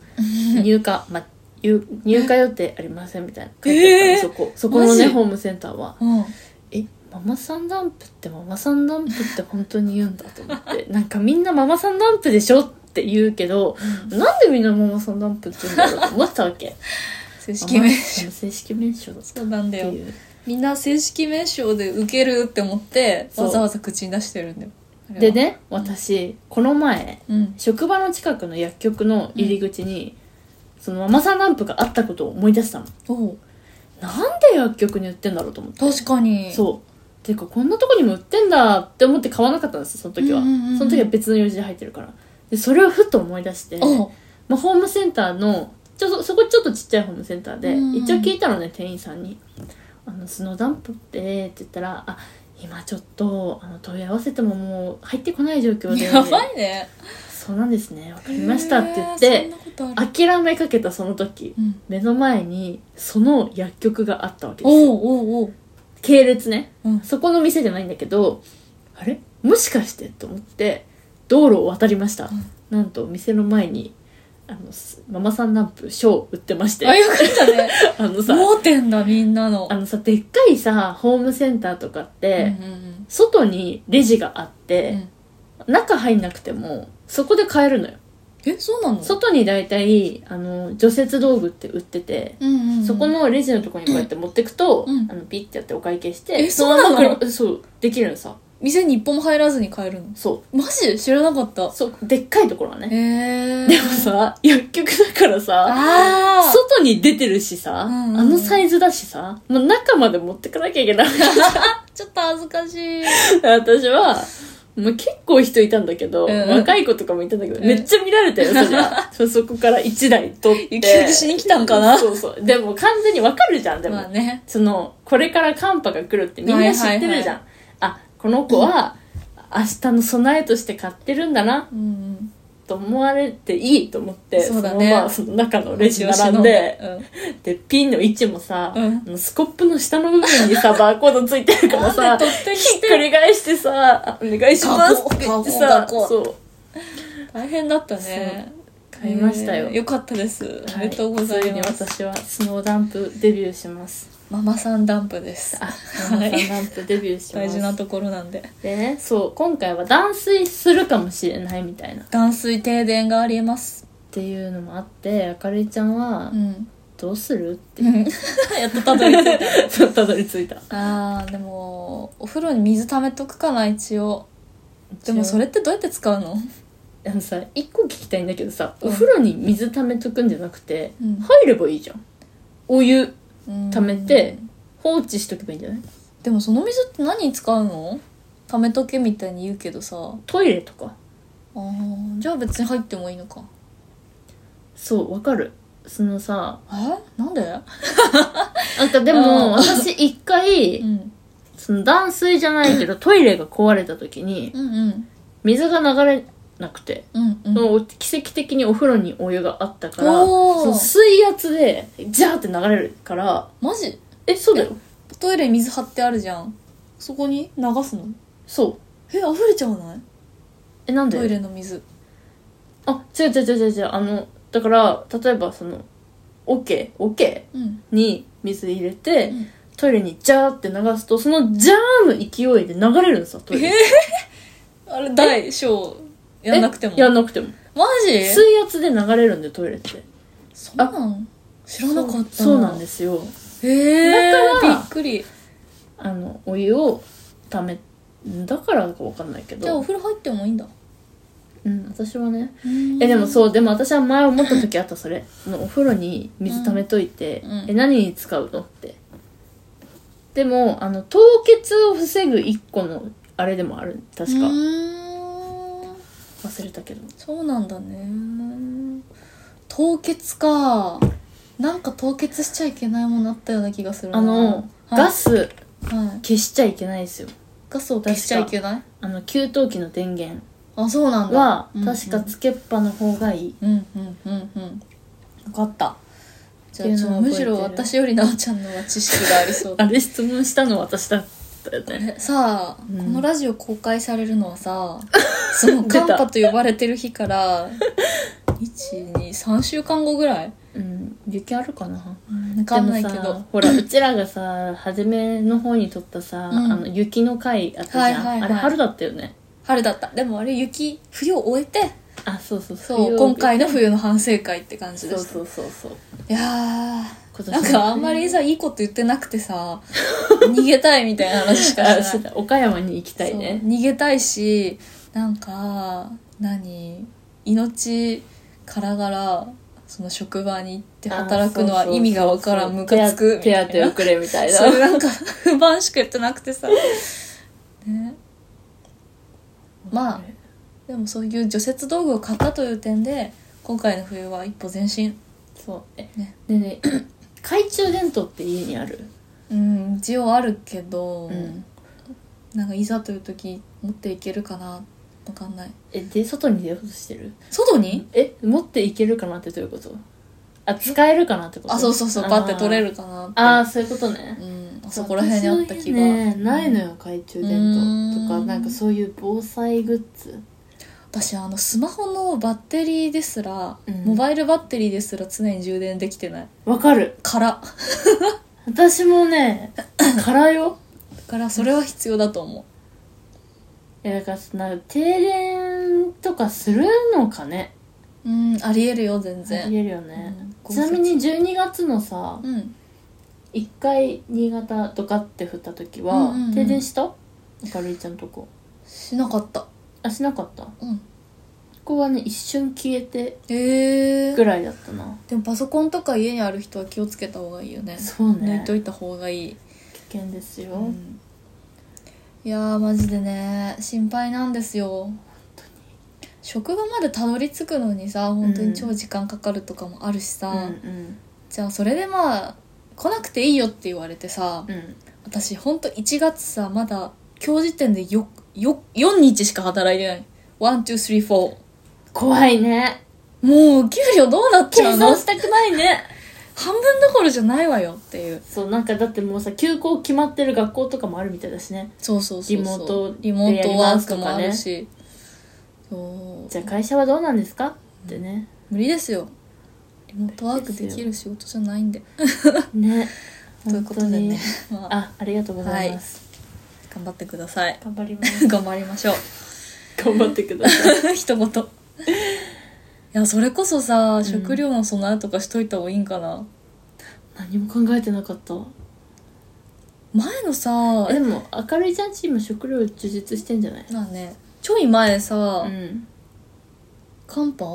S2: 入荷、ま、入入荷予定ありません」みたいな書いてあったの、そこそこの
S3: マ
S2: ね
S3: ジ
S2: ホームセンターは
S3: うん
S2: えママさんダンプってママさんダンプって本当に言うんだと 思ってなんかみんなママさんダンプでしょって言うけど、なんでみんなママさんダンプって言うんだろうと思ってたわけ
S3: 正式名
S2: ママ正式名称だった
S3: そうなんだ
S2: って
S3: よ
S2: いう
S3: みんな正式名称で受けるって思って
S2: そう
S3: わざわざ口に出してるんだよあれは
S2: でね私この前
S3: うん
S2: 職場の近くの薬局の入り口に、そのママさんランプがあったことを思い出したの
S3: おう
S2: なんで薬局に売ってんだろうと思って
S3: 確かに
S2: そうていうかこんなとこにも売ってんだって思って買わなかったんですその時は、
S3: うんうんうんうん
S2: その時は別の用事で入ってるからでそれをふっと思い出して
S3: おう
S2: まあ、ホームセンターのちょそそこちょっとちっちゃいホームセンターで、
S3: うん
S2: 一応聞いたのね店員さんに「あのスノーダンプって」って言ったら「あ今ちょっとあの問い合わせてももう入ってこない状況で
S3: やばいね
S2: そうなんですねわかりました」って言っ
S3: へーそん
S2: て
S3: なことある
S2: 諦めかけたその時
S3: うん
S2: 目の前にその薬局があったわけですよ
S3: おうおうおう
S2: 系列ね
S3: うん
S2: そこの店じゃないんだけどあれもしかしてと思って道路を渡りました、
S3: ん
S2: なんと店の前にあのすママさんランプショー売ってまして
S3: あよかった ね
S2: あのさ
S3: 盲点だみんなの
S2: あのさでっかいさホームセンターとかって、
S3: うんうん
S2: 外にレジがあっ
S3: うんう
S2: て、
S3: ん
S2: 中入んなくてもそこで買えるのよ、
S3: えそうなの
S2: 外に大体あの除雪道具って売ってて、
S3: うんうんうん
S2: そこのレジのとこにこうやって持ってくと、
S3: うん
S2: あのピッてやってお会計して、
S3: え
S2: まま
S3: そうなの
S2: これそうできるのさ
S3: 店に一歩も入らずに買えるの
S2: そう
S3: マジ知らなかった
S2: そうでっかいところはね、
S3: へえ
S2: でもさ薬局だからさ
S3: ああ
S2: 外に出てるしさ、
S3: うんうんうん
S2: あのサイズだしさ、もう中まで持ってかなきゃいけない
S3: ちょっと恥ずかしい
S2: 私はもう結構人いたんだけど、
S3: うんうん
S2: 若い子とかもいたんだけど、
S3: うん
S2: めっちゃ見られたよそ りゃそうそこから1台取って
S3: 雪雪しに来たんかな
S2: そうそうでも完全にわかるじゃんでも、
S3: まあね
S2: そのこれから寒波が来るってみんな知ってるじゃ
S3: は
S2: ん、
S3: いはいはい
S2: あこの子は明日の備えとして買ってるんだな
S3: うん
S2: と思われていいと思って
S3: そうだね
S2: のままその中のレジ並んで、でピンの位置もさ、
S3: うん
S2: あのスコップの下の部分にさバーコードついてるから
S3: なん
S2: さ
S3: で取っ手に
S2: ひ
S3: し
S2: ってくり返してさ「あお願いします」って言ってさ
S3: ガコガコガコ
S2: そう
S3: 大変だったね
S2: 買いましたよ、
S3: えーよかったですお
S2: はい
S3: めでとうございま
S2: つ
S3: す
S2: に私はスノーダンプデビューします
S3: ママさんダンプです
S2: あスノ
S3: はい
S2: ーダンプデビューします
S3: 大事なところなんで
S2: でねそう今回は断水するかもしれないみたいなっ
S3: 断水停電がありえます
S2: ていうのもあってあかりちゃんは
S3: うん
S2: 「どうする?」 って
S3: うん やっとたどり着いた
S2: そうたどり着いた
S3: あーでもお風呂に水溜めとくかな一応でもそれってどうやって使うの
S2: あのさ一個聞きたいんだけどさ、
S3: うん
S2: お風呂に水溜めとくんじゃなくて、
S3: うん
S2: 入ればいいじゃんお湯
S3: うん
S2: 溜めて放置しとけばいいんじゃない
S3: でもその水って何に使うの溜めとけみたいに言うけどさあ
S2: トイレとか
S3: ーじゃあ別に入ってもいいのか
S2: そうわかるそのさ
S3: えなんで
S2: なんかで
S3: うん
S2: も私一回、
S3: うん
S2: その断水じゃないけどトイレが壊れた時に
S3: うんうん
S2: 水が流れなくて、
S3: うんうん
S2: その奇跡的にお風呂にお湯があったから
S3: おー
S2: その水圧でジャーって流れるから
S3: マジ
S2: えそうだよ
S3: トイレに水張ってあるじゃんそこに流すの
S2: そ
S3: え
S2: う
S3: 溢れちゃわない
S2: えなんで
S3: トイレの水
S2: あ、違う違う違う違う違う。あの、だから、例えばその、オケ、オケ
S3: うん
S2: に水入れて、
S3: うん
S2: トイレにジャーって流すと、そのジャーの勢いで流れるのさ、トイレ。
S3: えー、あれ大小やんなくても
S2: えやんなくても。
S3: マジ
S2: 水圧で流れるんで、トイレって。
S3: そうなん知らなかった
S2: そうそうなんですよ。
S3: へえ
S2: だから
S3: びっくり
S2: あの、お湯を溜め、だからかわかんないけ
S3: じゃあお
S2: ど。
S3: 風呂入ってもいいんだ
S2: うん、私はね。
S3: え
S2: え、でもそう、でも私は前思った時あった、それ。あのお風呂に水溜めといて、
S3: うんうん
S2: え、何に使うのって。でも、あの、凍結を防ぐ一個の、あれでもある。確か。
S3: ーん
S2: 忘れたけど。
S3: そうなんだね凍結かなんか凍結しちゃいけないものあったような気がするな
S2: あの、
S3: はい
S2: ガス
S3: はい、
S2: 消しちゃいけないですよ。
S3: ガスを消しちゃいけない
S2: あの、給湯器の電源
S3: あそうなんだ
S2: は
S3: うん、
S2: 確かつけっぱの方がいい。
S3: うんうんうんうん分かったじゃ
S2: ってい
S3: あ
S2: う
S3: ち
S2: の
S3: ょ
S2: は
S3: む
S2: 覚えて
S3: し
S2: る
S3: ろ私よりなおちゃんの方が知識がありそう だ
S2: あれ質問したの私だったよね。
S3: えさあ、
S2: うん
S3: このラジオ公開されるのは さその
S2: 出た
S3: 寒波と呼ばれてる日 から123週間後ぐらい
S2: うん、雪あるかな
S3: 分かんないけ
S2: でもさ
S3: ど
S2: ほらうちらがさ初めの方に撮ったさ、
S3: うん
S2: あの雪の回あったじゃん、
S3: はいはいはい
S2: あれ春だったよね
S3: 春だったでもあれ雪冬を終えて
S2: あそうそう
S3: そう
S2: 冬
S3: 今回の冬の反省会って感じ
S2: そ
S3: で
S2: う
S3: した
S2: そうそうそう
S3: いやー
S2: 今年
S3: なんかあんまりさいいこと言ってなくてさ 逃げたいみたいな話しか
S2: あ
S3: し
S2: して
S3: ない
S2: た岡山に行きたいね
S3: そう逃げたいしなんか何命からがらその職場に行って働くのは意味がわからんムカつくみ
S2: 手
S3: た
S2: 当
S3: い
S2: 手当
S3: な
S2: をくれみたいな
S3: そういうなんか不満しか言ってなくてさねまあでもそういう除雪道具を買ったという点で今回の冬は一歩前進
S2: そうえ
S3: ね
S2: でね懐中電灯って家にある
S3: うん一応あるけど、
S2: うん
S3: なんかいざという時持っていけるかなわかんない
S2: えで外に出ようとしてる
S3: 外に
S2: え持っていけるかなってどういうことあ使えるかなってこと
S3: あそうそうそう
S2: あー
S3: バッて取れるかなって
S2: ああそういうことね
S3: うん、あそこら辺にあった気が、
S2: 私の家ねないのよ懐中電灯と
S3: う
S2: か
S3: ん
S2: なんかそういう防災グッズ
S3: 私あのスマホのバッテリーですら、
S2: うん
S3: モバイルバッテリーですら常に充電できてない
S2: わかる
S3: から
S2: 私も ね空よ
S3: だからそれは必要だと思
S2: いやだからなんか停電とかするのかね
S3: ううんありえるよ全
S2: 言
S3: 然
S2: えるよね、
S3: うん
S2: ちなみに12月のさ
S3: うん
S2: 1回新潟ドカって降った時は、
S3: うんうんうん
S2: 停電したなんかるいちゃんのとこ
S3: しなかった
S2: あしなかったこ
S3: うん
S2: こはね一瞬消えて
S3: へえ
S2: ぐらいだったな
S3: でもパソコンとか家にある人は気をつけた方がいいよね
S2: そう
S3: 抜
S2: ね
S3: いといた方がいい、
S2: 危険ですよ、
S3: うんいやーマジでね心配なんですよ職場までたどり着くのにさ本当に超時間かかるとかもあるしさ、
S2: うん
S3: じゃあそれでまあ来なくていいよって言われてさ、
S2: うんうん
S3: 私ほんと1月さまだ今日時点でよよ4日しか働いてない1234も
S2: 怖いね
S3: うお給料どうなっちゃ
S2: 計
S3: うの
S2: 算したくないね
S3: 半分どころじゃないわよっていう
S2: そうなんかだってもうさ休校決まってる学校とかもあるみたいだしね
S3: そうそうそうそう
S2: リ
S3: リ
S2: モ
S3: モ
S2: ー
S3: ー
S2: トでや
S3: ト
S2: り
S3: ワ
S2: ま
S3: ー
S2: すと
S3: ク
S2: かね
S3: もあるし、そう
S2: じゃあ会社はどうなんですかってね
S3: 無理ですよリモートワークできる仕事じゃないんで
S2: ね
S3: ということで ね、まあ、
S2: あありがとうございます、
S3: 頑張ってください
S2: 頑張ります
S3: 頑張りましょう
S2: 頑張ってください
S3: 一言いやそれこそさ、食料の備えとかしといた方がいいんかな
S2: 何も考えてなかった
S3: 前のさ
S2: でも明るいちゃんチーム食料充実してんじゃない
S3: まあねちょい前さ、
S2: うん
S3: カンパ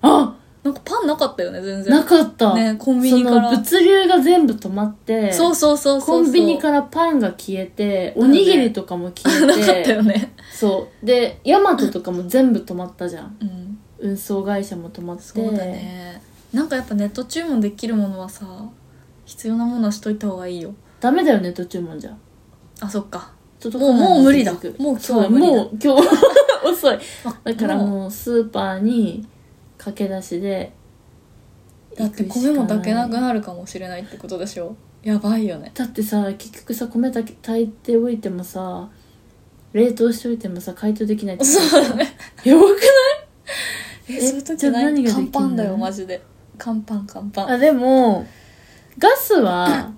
S2: あ
S3: なんかパンなかったよね全然
S2: なかった、
S3: ねコンビニから
S2: その物流が全部止まって
S3: そうそうそうそうそう
S2: コンビニからパンが消えてお
S3: よね
S2: にぎりとかも消
S3: なかっ
S2: え
S3: た
S2: て、
S3: よね
S2: そうでヤマトとかも全部止まったじゃん
S3: うん
S2: 運送会社も止まって
S3: そうだねなんかやっぱネット注文できるものはさ必要なものはしといた方がいいよ
S2: ダメだよね途中もんじゃ
S3: あそっか
S2: 届
S3: もうもう無理だもう今日
S2: そう
S3: は無理だ
S2: もう今日 遅い
S3: あ
S2: だからもうスーパーに駆け出しで
S3: だって米も炊けなくなるかもしれないってことでしょやばいよね
S2: だってさ結局さ米炊き炊いておいてもさ冷凍しておいてもさ解凍できないっ て
S3: そうだね
S2: やばくない
S3: え
S2: え
S3: そういう
S2: じゃ
S3: 時
S2: あ
S3: 何
S2: 何ができん
S3: 乾
S2: の
S3: パンだよマジで乾パン乾パン
S2: あでもガス は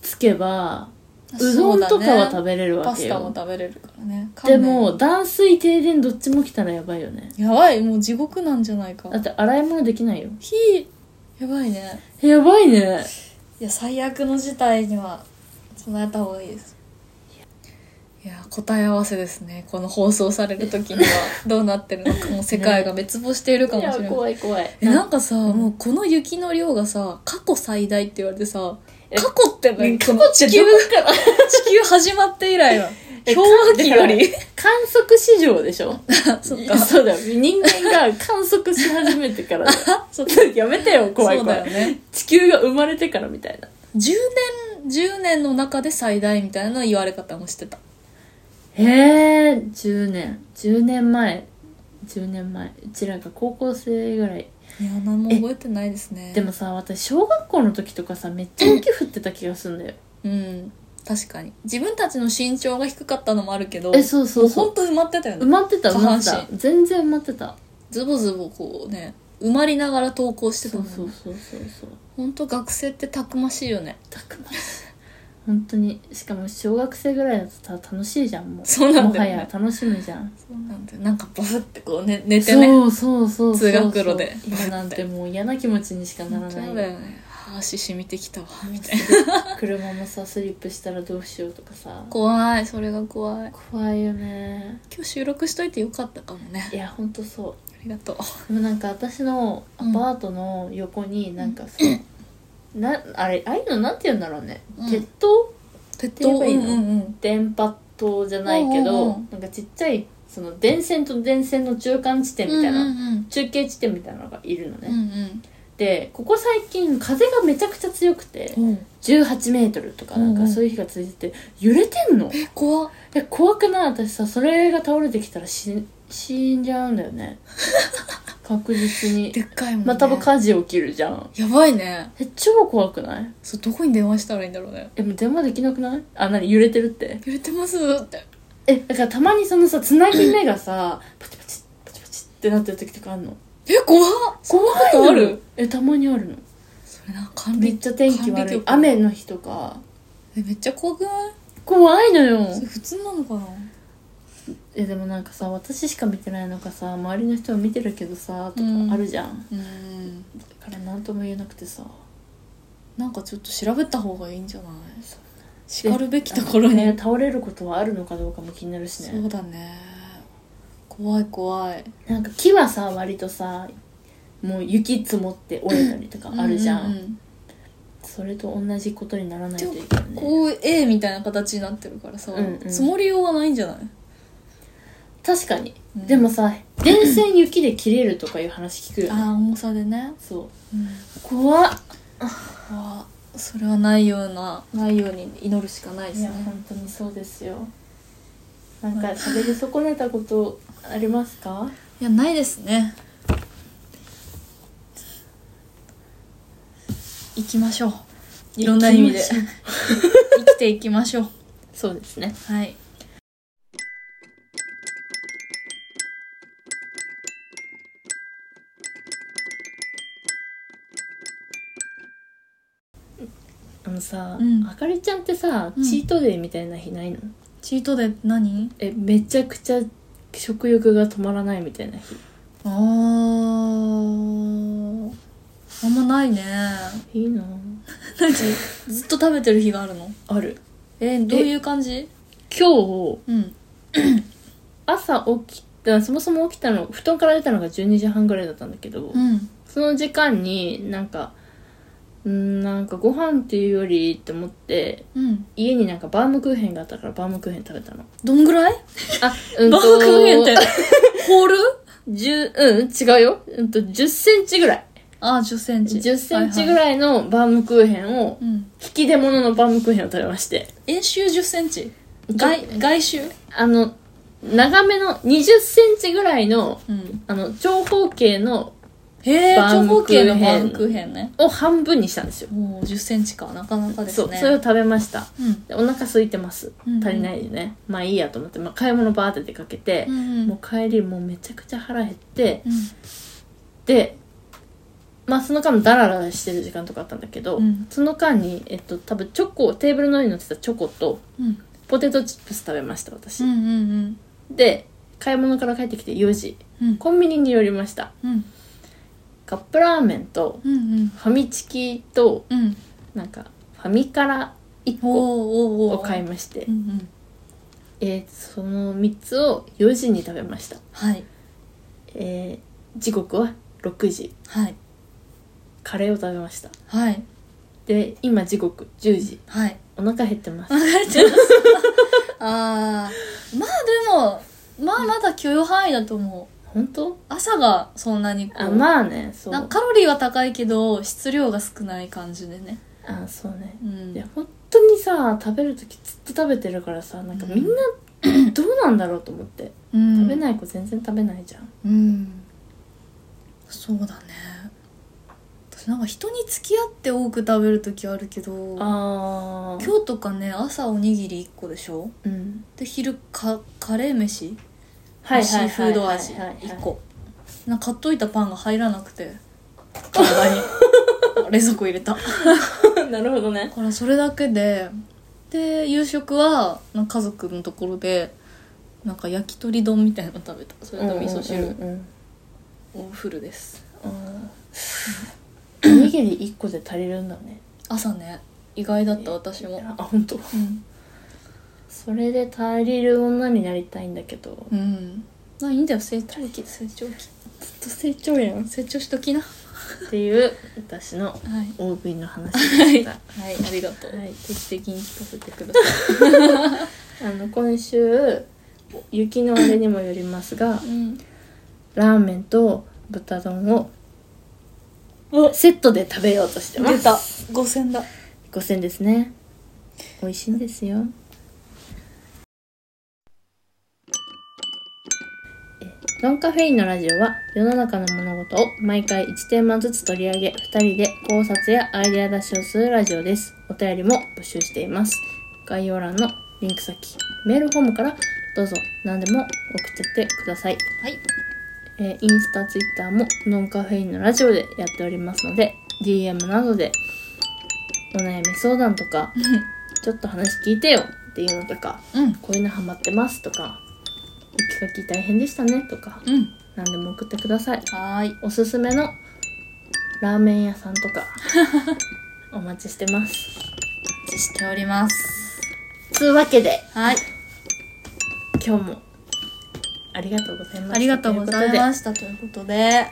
S2: つけばうどんとかは食
S3: べ
S2: べれるわ
S3: パ
S2: け
S3: スタも
S2: よ、
S3: 食べれるからね
S2: でも断水停電どっちも来たらやばいよね
S3: 乾麺やばいもう地獄なんじゃないか
S2: だって洗い物できないよ
S3: 火やばいね
S2: やばいね
S3: いや最悪の事態には備えた方がいいですいや答え合わせですねこの放送される時 にはどうなってるのかもう世界が滅亡しているかもしれない
S2: いや怖い怖い
S3: えなんかさ、もうこの雪の量がさ過去最大って言われてさ過去って何
S2: 過去
S3: この
S2: って
S3: 地球
S2: どこ
S3: から地球始まって以来は
S2: え
S3: 氷河期より
S2: 観測史上でしょ
S3: そっ
S2: い
S3: か
S2: や そうだよ人間が観測し始めてからだ よ
S3: そっか
S2: やめてよ 怖い
S3: そう
S2: 怖
S3: だよ
S2: い、
S3: ね
S2: 地球が生まれてからみたいな
S3: 10年10年の中で最大みたいな言われ方もしてた
S2: へえ10年10年前10年前うちらが高校生ぐらい
S3: いや何も覚えてないですね
S2: でもさ私小学校の時とかさめっちゃ雪降ってた気がするんだよ
S3: うん確かに自分たちの身長が低かったのもあるけど
S2: えそうそうそう
S3: もう本当埋まってたよ
S2: 埋
S3: ね
S2: まってた埋まって
S3: 下
S2: た
S3: 半
S2: 全然埋まってた
S3: ズボズボこうね埋まりながら投稿してた
S2: そ
S3: も
S2: うん
S3: ね
S2: そうそうそうそう
S3: 本当学生ってたくましいよね
S2: たくましい 本当にしかも小学生ぐらいだとさ楽しいじゃんもう
S3: そうなんだよね
S2: もはや楽しむじゃん
S3: なんてなんかバフってこうね寝てね
S2: そうそうそうそ
S3: 通
S2: う
S3: 学路で
S2: 今なんてもう嫌な気持ちにしかなら
S3: 本当
S2: ない
S3: だよねあ足しみてきたわみたい
S2: 車もさスリップしたらどうしようとかさ
S3: な怖いそれが怖い
S2: 怖いよね
S3: 今日収録しといてよかったかもね
S2: いやほんとそう
S3: ありがとう
S2: でもなんか私のアパートの横になん かさ、なあれああいうのなんて言うんだろうね、
S3: うん
S2: 鉄塔
S3: 鉄
S2: 言えばいいの
S3: うんうんうん
S2: 電波塔じゃない
S3: うんう
S2: けど、
S3: んうん
S2: なんかちっちゃいその電線と電線の中間地点みたいな、
S3: うんうん
S2: 中継地点みたいなのがいるのね、
S3: うんうん
S2: でここ最近風がめちゃくちゃ強くて
S3: うんうん
S2: 18メートルとかな
S3: う
S2: ん
S3: んう
S2: か
S3: ん
S2: そういう日が続いてて揺れてんの
S3: え怖っ
S2: で怖くない私さそれが倒れてきたら死ん死んじゃうんだ よね確実に
S3: でっかいもんね
S2: まあ多分火事起きるじゃん
S3: やばいね
S2: え超怖くない
S3: そうどこに電話したらいいんだろうね
S2: えもう電話できなくないあ何揺れてるって
S3: 揺れてますって
S2: えだからたまにそのさつなぎ目が さパチパチパチパチってなってる時とかあるの
S3: え怖っ
S2: 怖い
S3: ことある
S2: えたまにあるの
S3: それなんか管
S2: め
S3: 理
S2: っちゃ天気悪
S3: 管理
S2: い
S3: 局
S2: 雨の日とか
S3: えめっちゃ怖くない
S2: 怖いのよ
S3: それ普通なのかな
S2: えでもなんかさ私しか見てないのかさ周りの人も見てるけどさと
S3: うん
S2: かあるじゃん、
S3: うん
S2: だから何とも言えなくてさ
S3: なんかちょっと調べた方がいいんじゃない
S2: そう
S3: しかるべきところに、
S2: ね倒れることはあるのかどうかも気になるし
S3: そ
S2: ね
S3: うだね怖い怖い
S2: なんか木はさ割とさもう雪積もって折れたりとかあるじゃん、
S3: うううん
S2: それと同じことにならないといけないね
S3: こう A みたいな形になってるからさ、
S2: うんうん
S3: 積もりようがないんじゃない
S2: 確かに、
S3: うん
S2: でもさ電線雪で切れるとかいう話聞くよね
S3: ああ重さでね、
S2: そう
S3: うん、
S2: 怖っ
S3: あそれはないようなないように祈るしかないで
S2: い
S3: す
S2: や
S3: ね
S2: 本当にそうですよなんか喋り損ねたことありますか
S3: いやないですね行きましょういろんな意味で
S2: 行きま
S3: 生きていきましょう
S2: そうですね
S3: はい
S2: あのさ、
S3: うん
S2: あかりちゃんってさ、
S3: うん
S2: チートデイみたいな日ないの
S3: チートで何
S2: えめちゃくちゃ食欲が止まらないみたいな日
S3: あーあんまないね
S2: いいな
S3: ずっと食べてる日があるの
S2: ある
S3: えどういう感じ
S2: 今日
S3: うん
S2: 朝起きたそもそも起きたの布団から出たのが12時半ぐらいだったんだけど、
S3: うん
S2: その時間になんかうんなんかご飯っていうよりって思って
S3: うん
S2: 家になんかバームクーヘンがあったからバームクーヘン食べたの
S3: どんぐらい
S2: あうんと
S3: バームクーヘンってホール
S2: 10うん違うよ、うん、と1 0ンチぐらい
S3: ああ1 0ンチ
S2: 1 0ンチぐ
S3: い、
S2: らいのバームクーヘンを
S3: うん
S2: 引き出物のバームクーヘンを食べまして
S3: 遠周1 0ンチ外外周
S2: あの長めの2 0ンチぐらいの
S3: うん
S2: あの長方形の
S3: へえ
S2: バー
S3: 長
S2: ム
S3: 方
S2: クー
S3: 形
S2: ヘン
S3: のバームクーヘンね
S2: を半分にしたんですよ
S3: もう1 0ンチかなかなかです
S2: そ
S3: ね
S2: うそれを食べました
S3: うん
S2: でお腹空いてます
S3: うんうん
S2: 足りないでね、まあいいやと思って、まあ、買い物バーって出かけて
S3: う、んうん
S2: もう帰りもうめちゃくちゃ腹減って
S3: うん
S2: でまあその間ダラダラしてる時間とかあったんだけど、
S3: うん
S2: その間にえっと多分チョコテーブルの上に乗ってたチョコと
S3: うん
S2: ポテトチップス食べました私、
S3: うんうん
S2: で買い物から帰ってきて4時
S3: うん
S2: コンビニに寄りました
S3: うん
S2: カップラーメンと
S3: うんうん
S2: ファミチキと
S3: うん
S2: なんかファミから1
S3: お
S2: 個
S3: おお
S2: を買い
S3: 物
S2: まして
S3: う、んうん
S2: えーその3つを4時に食べました
S3: はい
S2: えー時刻は6時
S3: はい
S2: カレーを食べました
S3: はい
S2: で今時刻10時
S3: はい
S2: お腹減ってます
S3: 分かれてますあーまあでもまあまだ許容範囲だと思う
S2: 本当
S3: 朝がそんなにこう
S2: あまあねそう
S3: なんかカロリーは高いけど質量が少ない感じでね
S2: あそうね
S3: うん
S2: いや本当にさ食べる時ずっと食べてるからさなんかみんなどうなんだろうと思って、
S3: うん
S2: 食べない子全然食べないじゃん
S3: うんそうだね私なんか人に付き合って多く食べる時あるけど
S2: ああ
S3: 今日とかね朝おにぎり1個でしょ
S2: うん
S3: で昼かカレー飯
S2: はい
S3: シ
S2: は
S3: ー
S2: い
S3: フ
S2: は
S3: ー
S2: いはい
S3: ド
S2: はい
S3: 味1個なんか買っといたパンが入らなくて
S2: 体 に
S3: 冷蔵庫入れた
S2: なるほどね
S3: だからそれだけでで夕食はなんか家族のところでなんか焼き鳥丼みたいなの食べたそれと味噌汁
S2: うんうんうん
S3: をフルです
S2: うんおにぎり一個で足りるんだね
S3: 朝ね意外だった私も、
S2: あ本当。
S3: うん
S2: それで足りる女になりたいんだけど
S3: うん、まあいいんだよ成長期成長期
S2: ずっと成長やんっ
S3: 成長しときなは
S2: ていう私の
S3: い、
S2: 大食いの話でした
S3: はい、ありがとう、
S2: はい
S3: 定期的に聞かせてくださ
S2: あの今週雪のあれにもよりますが
S3: い、うん、
S2: ラーメンと豚丼をセットで食べようとしてま
S3: 出
S2: す
S3: た5000だ
S2: 5000ですね美味しいんですよえノンカフェインのラジオは世の中の物事を毎回1テーマずつ取り上げ2人で考察やアイデア出しをするラジオですお便りも募集しています概要欄のリンク先メールフォームからどうぞ何でも送ってってください
S3: はい
S2: えーインスタ、ツイッターもノンカフェインのラジオでやっておりますので、DM などでお悩み相談とか、ちょっと話聞いてよっていうのとか、
S3: うん
S2: こういうのハマってますとか、雪かき大変でしたねとか、
S3: うん
S2: 何でも送ってください。
S3: はーい
S2: おすすめのラーメン屋さんとか、お待ちしてます。
S3: お待ちしております
S2: つうわけで、
S3: はい
S2: 今日もありがとうございました。
S3: ありがとうござい
S2: す。
S3: ましたということで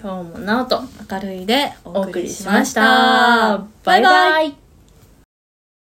S2: 今日もなおと
S3: 明るいでお
S2: お
S3: 送
S2: 送
S3: り
S2: り
S3: し
S2: し
S3: ま
S2: ま
S3: し
S2: したた。バイバイ